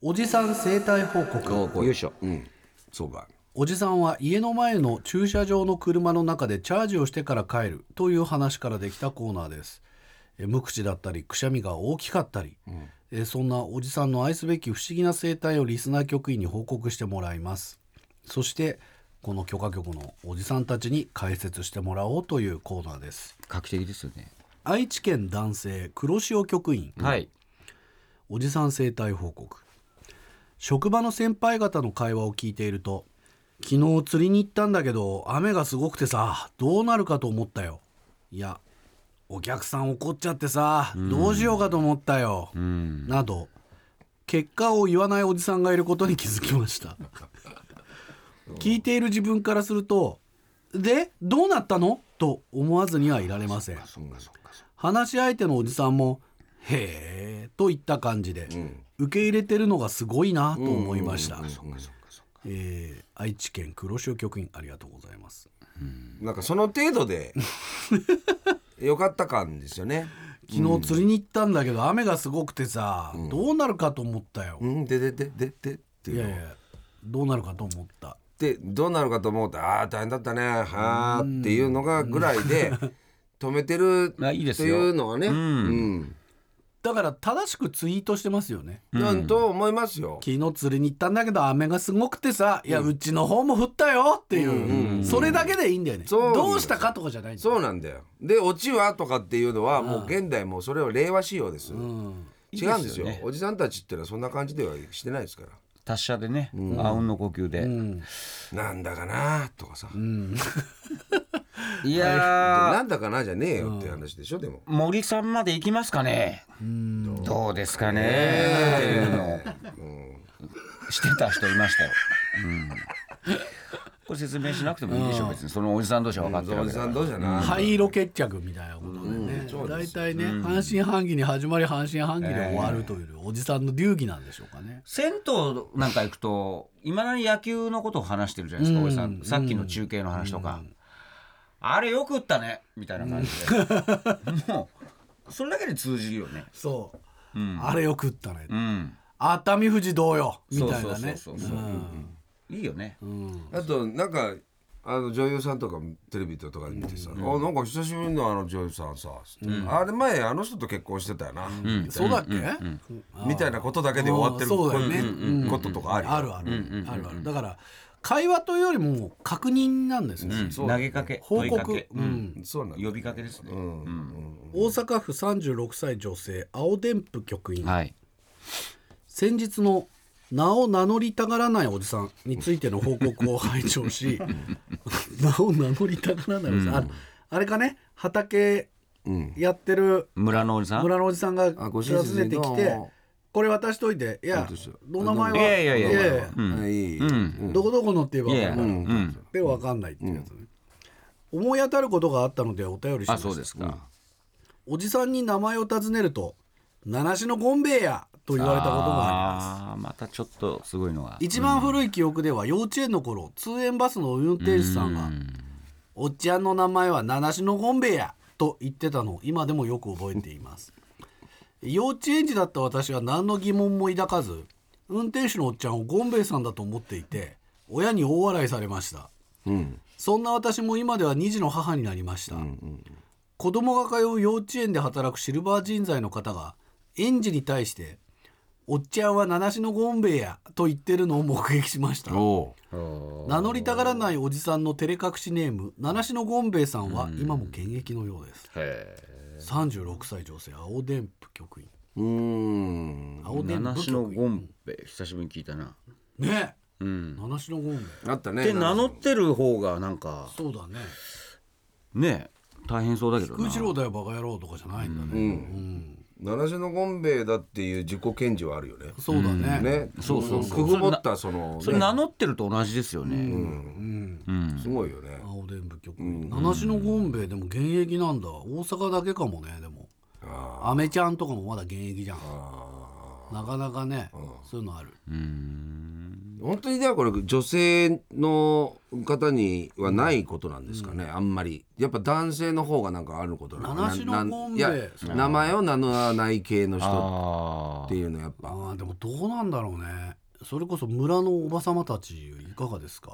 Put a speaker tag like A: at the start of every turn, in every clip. A: おじさん生態報
B: お
A: 告
B: こうよいしょうんそうだ
A: おじさんは家の前の駐車場の車の中でチャージをしてから帰るという話からできたコーナーですえ無口だったりくしゃみが大きかったり、えそんなおじさんの愛すべき不思議な生態をリスナー局員に報告してもらいますそしてこの許可局のおじさんたちに解説してもらおうというコーナーです
B: 画期的ですよね
A: 愛知県男性黒潮局員
C: はい。
A: おじさん生態報告職場の先輩方の会話を聞いていると「昨日釣りに行ったんだけど雨がすごくてさどうなるかと思ったよ」いや「お客さん怒っちゃってさどうしようかと思ったよ」など結果を言わないおじさんがいることに気づきました 聞いている自分からすると「でどうなったの?」と思わずにはいられません
B: そうかそうかそう
A: 話し相手のおじさんも「へえ」といった感じで、
B: ん
A: 受け入れてるのがすごいなと思いました、
B: かそうかそうかそうか
A: えー愛知県黒潮局員ありがとうございます
B: なんかその程度で よかった感ですよね
A: 昨日釣りに行ったんだけど雨がすごくてさ、どうなるかと思ったよ、
B: うんでででででって
A: い
B: いう
A: や
B: の
A: いやどうなるかと思った
B: でどうなるかと思うとああ大変だったねはあっていうのがぐらいで止めてる
C: あいいで
B: って
C: すよ
B: いうのはね
C: ん
B: うん
A: だから正しくツイートしてますよね
B: なんと思いますよ
A: 昨日釣りに行ったんだけど雨がすごくてさ、いやうちの方も降ったよっていう、それだけでいいんだよね
B: そう
A: どうしたかとかじゃないんだよ
B: そうなんだよでオチはとかっていうのはもう現代もうそれは令和仕様です違うんですよ
C: いいですよね
B: おじさんたちってのはそんな感じではしてないですから
C: 達者でね、あうんの呼吸で。
B: なんだかなとかさで
C: いやー、
B: なんだかなじゃねえよって話でしょでも
C: 森さんまで行きますかね。どうですかね。っていうのをしてた人いましたよ。うんこれ説明しなくてもいいでしょ別にそのおじさん同士は分かってる
B: お
C: わ
B: じ
C: けだ
B: さ
C: か
B: ん
C: ら
B: どうじゃな
A: 灰色決着みたいなことでね、大体ね、半信半疑に始まり半信半疑で終わるという、おじさんの流儀なんでしょうかね。
C: 銭湯なんか行くといまだに野球のことを話してるじゃないですか、おじさんさっきの中継の話とか、あれよく打ったねみたいな感じ でもうそれだけで通じるよね
A: そう、あれよくったね、
C: うん
A: 熱海富士同様みたいなね。
C: そうそうそうそういいよね、
B: あとなんかあの女優さんとかテレビとかで見てさ「あなんか久しぶりのあの女優さんさ」あれ前あの人と結婚してたよな」
A: そうだっけ、
B: みたいなことだけで終わってる
A: そうだよね
B: ここととかあるよ
A: あるある、あるある。だから会話というよりも確認なんですね。
C: 投げかけ
A: 報
C: 問いか
A: 告
C: け、、
A: うん
B: そうなんだ
C: 呼びかけですね、
A: 大阪府36歳女性青電布局員、
C: はい
A: 先日の名を名乗りたがらないおじさんについての報告を拝聴 し名を名乗りたがらないおじさん、あのあれかね畑やってる
C: 村のおじさん
A: 村のおじさんが
B: あご
A: 訪
B: 親切
A: ね
B: に
A: て
B: どう
A: き
B: も
A: て「これ渡しといて」いや
B: どうした
A: 「お名前は?」
C: いやいやいやいや
B: いい
A: どこどこの」って言えば
C: い
A: 分
C: やい
A: かるか
C: やう
A: ら
C: ん、うん、
A: で分かんないっていうやつね、思い当たることがあったのでお便りしま
C: あ
A: した
C: そうですか、
A: おじさんに名前を尋ねると「七種のゴンベエや」と言われたことがあります
C: ああまたちょっとすごいのが
A: 一番古い記憶では幼稚園の頃通園バスの運転手さんが「おっちゃんの名前は七種のゴンベエや」と言ってたのを今でもよく覚えています幼稚園児だった私は何の疑問も抱かず運転手のおっちゃんをゴンベエさんだと思っていて親に大笑いされました、そんな私も今では2児の母になりました、子供が通う幼稚園で働くシルバー人材の方が園児に対して「おっちゃんは七種のゴンベエや」と言ってるのを目撃しました
B: お
A: 名乗りたがらないおじさんの照れ隠しネーム七種のゴンベエさんは今も現役のようです36歳女性青電布局員
B: ううーん
A: 青電
C: 七
A: 布
C: 種の
A: 局員
C: ゴンベ久しぶりに聞いたな
A: ねえ、
C: ん
A: 七種のゴンベエ
B: あったね
C: で名乗ってる方がなんか
A: そうだね
C: ね大変そうだけど
A: 空
C: な
A: 一郎だよバカ野郎とかじゃないんだね、
B: 七種のゴンベイだっていう自己顕示はあるよね
A: そうだね
B: ね
C: そうそうそう
B: くぐもったその
C: それ名
B: ね
C: 乗ってると同じですよね、
B: すごいよね
A: 青電部局、七種のゴンベエでも現役なんだ大阪だけかもねでもアメちゃんとかもまだ現役じゃんなかなかねそういうのある
B: 本当にではこれ女性の方にはないことなんですかね、あんまりやっぱ男性の方がなんかあることな
A: 七種の
B: な
A: コン
B: ん
A: ビ
B: いや名前を名乗らない系の人
C: あ
B: っていうのはやっぱ
A: あーでもどうなんだろうねそれこそ村のおば様たちいかがですか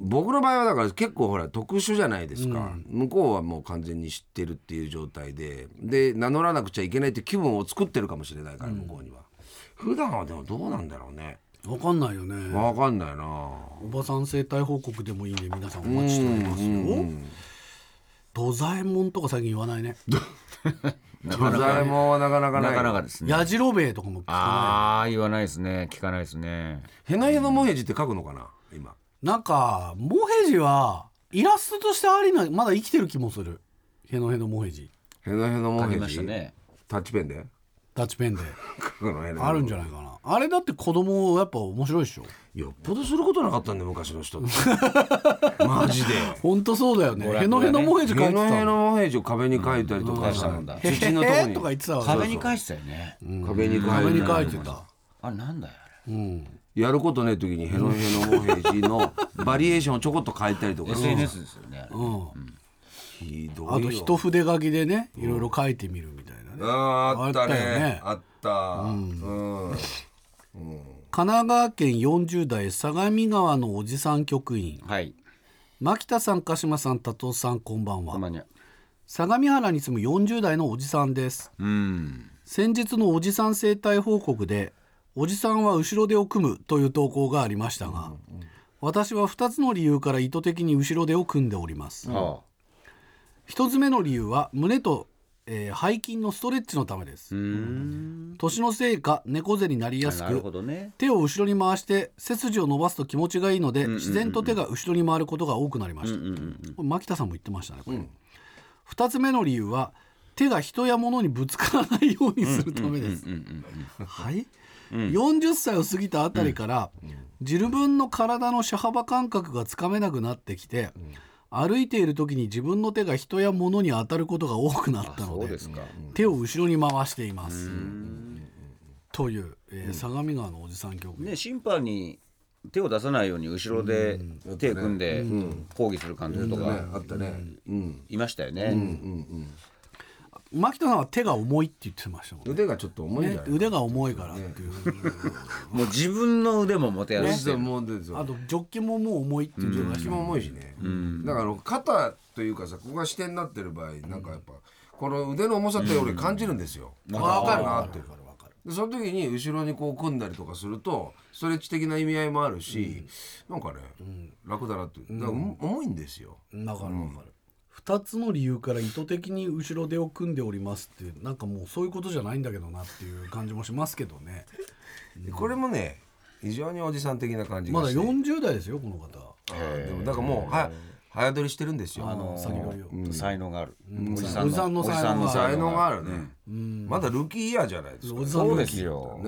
B: 僕の場合はだから結構ほら特殊じゃないですか、向こうはもう完全に知ってるっていう状態でで名乗らなくちゃいけないって気分を作ってるかもしれないから向こうには、普段はでもどうなんだろうね
A: わかんないよね
B: わかんないな
A: おばさん生態報告でもいいんで皆さんお待ちしておりますよ土左衛門とか最近言わないね
B: なかなかもなかなか
C: あ
B: ない
C: なかなかですね
A: やじろべえとかも聞か
C: ああ言わないですね聞かないですね
B: へのへのもへじって書くのかな
A: な
B: 今
A: いなんかモヘジはイラストとしてありなまだ生きてる気もするへのへのモヘジ
B: へのへのもへ
C: 書き
B: じ
C: ましたね
B: タッチペンで
A: タッチ ペンで
B: 書くのへのへの
A: あるんじゃないかなあれだって子供やっぱ面白いでしょ
B: よっぽどすることなかったんだよ昔の人ってマジで
A: ほんとそうだよね
C: 娯楽がね
A: へのへのモヘジ書い
B: へ
A: て
B: のへ
A: たの
B: のもへじを壁に書いたりとか
C: うん
B: した
C: うん
B: 土のと
A: へ
B: こ
A: へ
B: に
A: とか言ってたわ
C: 壁に返してたよね
B: 壁に書い た
A: 壁
B: り
A: に
B: と
A: 書
B: か
A: いてた
C: あれなんだよあ
A: うん
B: やることねえ時にへのへのもへじのバリエーションをちょこっと変えたりと
C: れ
B: か
C: SNS ですよねあれ
A: うん
B: ひどいよ
A: あと一筆書きでねいろいろ書いてみるみたいなね
B: あーあった
A: あったよね
B: ねあったうん
A: 神奈川県40代相模川のおじさん局員
C: はい
A: 牧田さん鹿島さん多藤さんこんばん
C: たま
A: は
C: には
A: 相模原に住む40代のおじさんです
C: うん
A: 先日のおじさん生態報告でおじさんは後ろ手を組むという投稿がありましたが私は2つの理由から意図的に後ろ手を組んでおります
C: は
A: 1つ目の理由は胸と、えー背筋のストレッチのためです
C: あうん
A: 年のせいか猫背になりやす
C: なる
A: く
C: ほどね
A: 手を後ろに回して背筋を伸ばすと気持ちがいいので、自然と手が後ろに回ることが多くなりました、これ牧田さんも言ってましたねこれ、2つ目の理由は手が人や物にぶつからないようにするためです、はい、40歳を過ぎたあたりから、自分の体の車幅感覚がつかめなくなってきて、歩いている時に自分の手が人や物に当たることが多くなったので
C: ですか
A: 手を後ろに回しています。という、えー相模川のおじさん曲、
C: ね審判に手を出さないように後ろで手組んで抗議する感じと
B: ね
C: か
B: あったねうん
C: いましたよね
B: うんうん
A: 牧田さんは手が重いって言ってましたもんね。
B: 腕がちょっと重いんじ
A: ね
B: ゃない
A: 腕が重いからっていう、
C: もう自分の腕ももてあして
B: 腕
C: る
B: もうですよ
A: あとジョッキももう重いっていうのが、
B: 腰も重いしねだから肩というかさここが支点になってる場合なんかやっぱこの腕の重さって俺感じるんですよ分かるなってでその時に後ろにこう組んだりとかするとストレッチ的な意味合いもあるしなんかね楽だなってだからうん重いんですよ
A: だからわかる。2つの理由から意図的に後ろ手を組んでおりますってなんかもうそういうことじゃないんだけどなっていう感じもしますけどね
B: でこれもね非常におじさん的な感じ
A: ま
B: が
A: だ
B: して
A: 40代ですよこの方
B: あーでもだからもうは早取りしてるんですよ
A: あの先取りを、
C: 才能があるおじ
A: おじさんの
C: おじさんの
B: 才能があ
C: る
B: るねまだルーキーイヤーじゃないですか
A: おじさん
C: そう
A: の
C: ですよ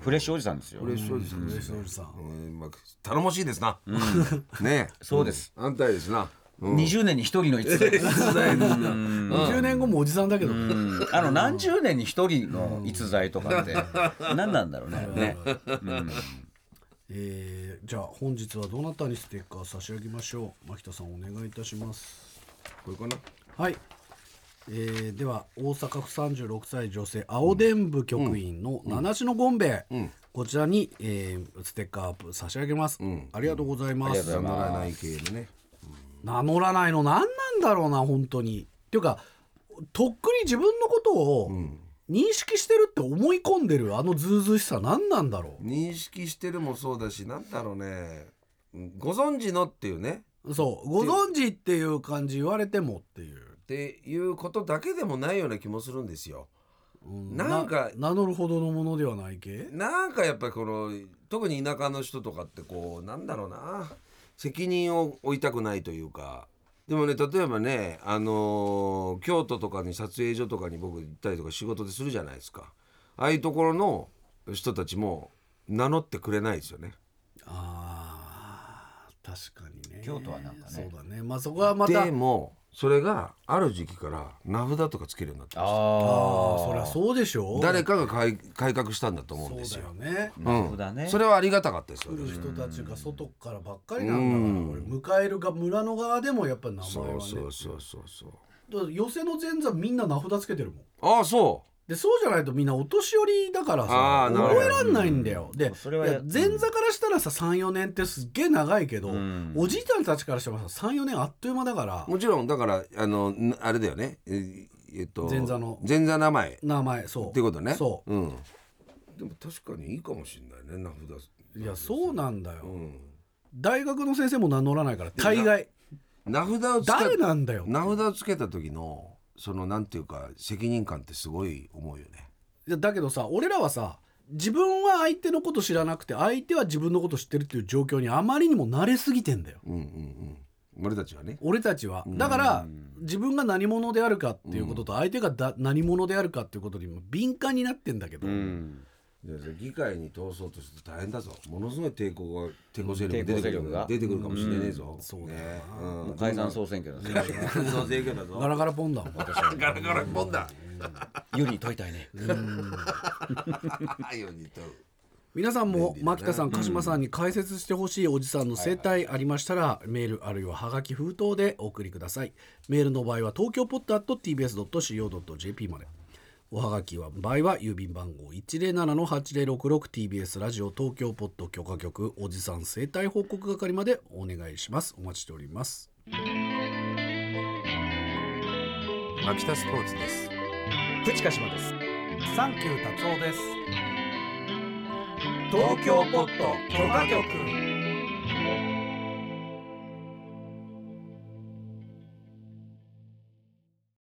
C: フレッシュおじさんですよ
B: 嬉しいですね
A: 嬉しそうおじさん
B: うんまあ頼もしいですな。ねえ。
C: そうです
B: 安泰ですな。うん
C: 20年に一人の逸材
A: 20年後もおじさんだけどね、
C: うんあの何十年に一人の逸材とかって何なんだろうねね
A: えーじゃあ本日はどなたにステッカー差し上げましょう牧田さんお願いいたします
B: これかな。
A: はい、えーでは大阪府36歳女性青伝部局員の七種のゴンベ、こちらに、えーステッカーアップ差し上げます、ありがとうございます
C: ありがとうござい
B: 乗
C: ま
B: らない系のね。
A: 名乗らないの何なんだろうな本当にっていうかとっくに自分のことを認識してるって思い込んでるあのずうずうしさ何なんだろ
B: 認識してるもそうだし、なんだろうね。うんご存知のっていうね。
A: うそうご存知っていう感じ言われてもっていう
B: っていうことだけでもないような気もするんですよ。
A: うん
B: なんか
A: な名乗るほどのものではない系
B: なんかやっぱりこの特に田舎の人とかってこうなんだろうな責任を負いたくないというかでもね例えばねあのー京都とかに撮影所とかに僕行ったりとか仕事でするじゃないですかああいうところの人たちも名乗ってくれないですよね
A: あー確かにね
C: 京都はなんかね
A: そうだねまあそこはまた
B: でもそれがある時期から名札とかつけるようになった
A: ああ
C: あ
A: そりゃそうでしょ
B: 誰かが改改革したんだと思うん
A: そう
B: です
A: だ
B: よ
A: よね
C: あなるほどね
B: それはありがたかったですよ
A: 来る人たちが外からばっかりなんだから、これ迎えるが村の側でもやっぱ名前
B: そ
A: はね
B: うそうそうそうそう
A: だから寄せの前座みんな名札つけてるもん
B: ああそ
A: でそうじゃないとみんなお年寄りだからさ
B: あーなるほど
A: 覚えらんないんだよ、で
C: それはいや
A: や前座からしたらさ34年ってすっげえ長いけど、
C: ん
A: おじいちゃんたちからしてもさ34年あっという間だから
B: うもちろんだからあのなあれだよねええっと
A: 前座の
B: 前座名前っ
A: 名前そう
B: ていうことね、
A: そう
B: ん、でも確かにいいかもしれないね名札
A: ういやそうなんだよ、
B: うん
A: 大学の先生も名乗らないから大概
B: 名札をつけ
A: 誰なんだよ
B: 名札をつけた時のそのなんていうか責任感ってすごい思うよね
A: いやだけどさ俺らはさ自分は相手のこと知らなくて相手は自分のこと知ってるっていう状況にあまりにも慣れすぎてんだよ
B: うんうんうん俺たちはね
A: 俺たちはだから自分が何者であるかっていうことと相手がだ何者であるかっていうことにも敏感になってんだけど、
B: いや議会に通そうとすると大変だぞものすごい抵抗が抵抗勢力
C: 抵抗勢力
B: が
C: が
B: 出てくる出てくるかもしれねえぞ、
A: そうだよ
B: ね
C: もう解散総選挙だね
B: 解散選挙だ ぞ
A: ガラガラポンだもん私は
B: ガラガラポンだ
C: ユリ問いたいね
B: ようにと
A: 皆さんも牧田さん鹿島さんに解説してほしいおじさんの生態ありましたらメールあるいははがき封筒でお送りくださいメールの場合は東京ポッド .tbs.co.jp までおはがきは場合は郵便番号 107-8066TBS ラジオ東京ポッド許可局おじさん生態報告係までお願いしますお待ちしております
B: 牧田スポーツです
C: プチカシマです
A: サンキュー達夫です。
C: 東京ポッド許可
A: 局。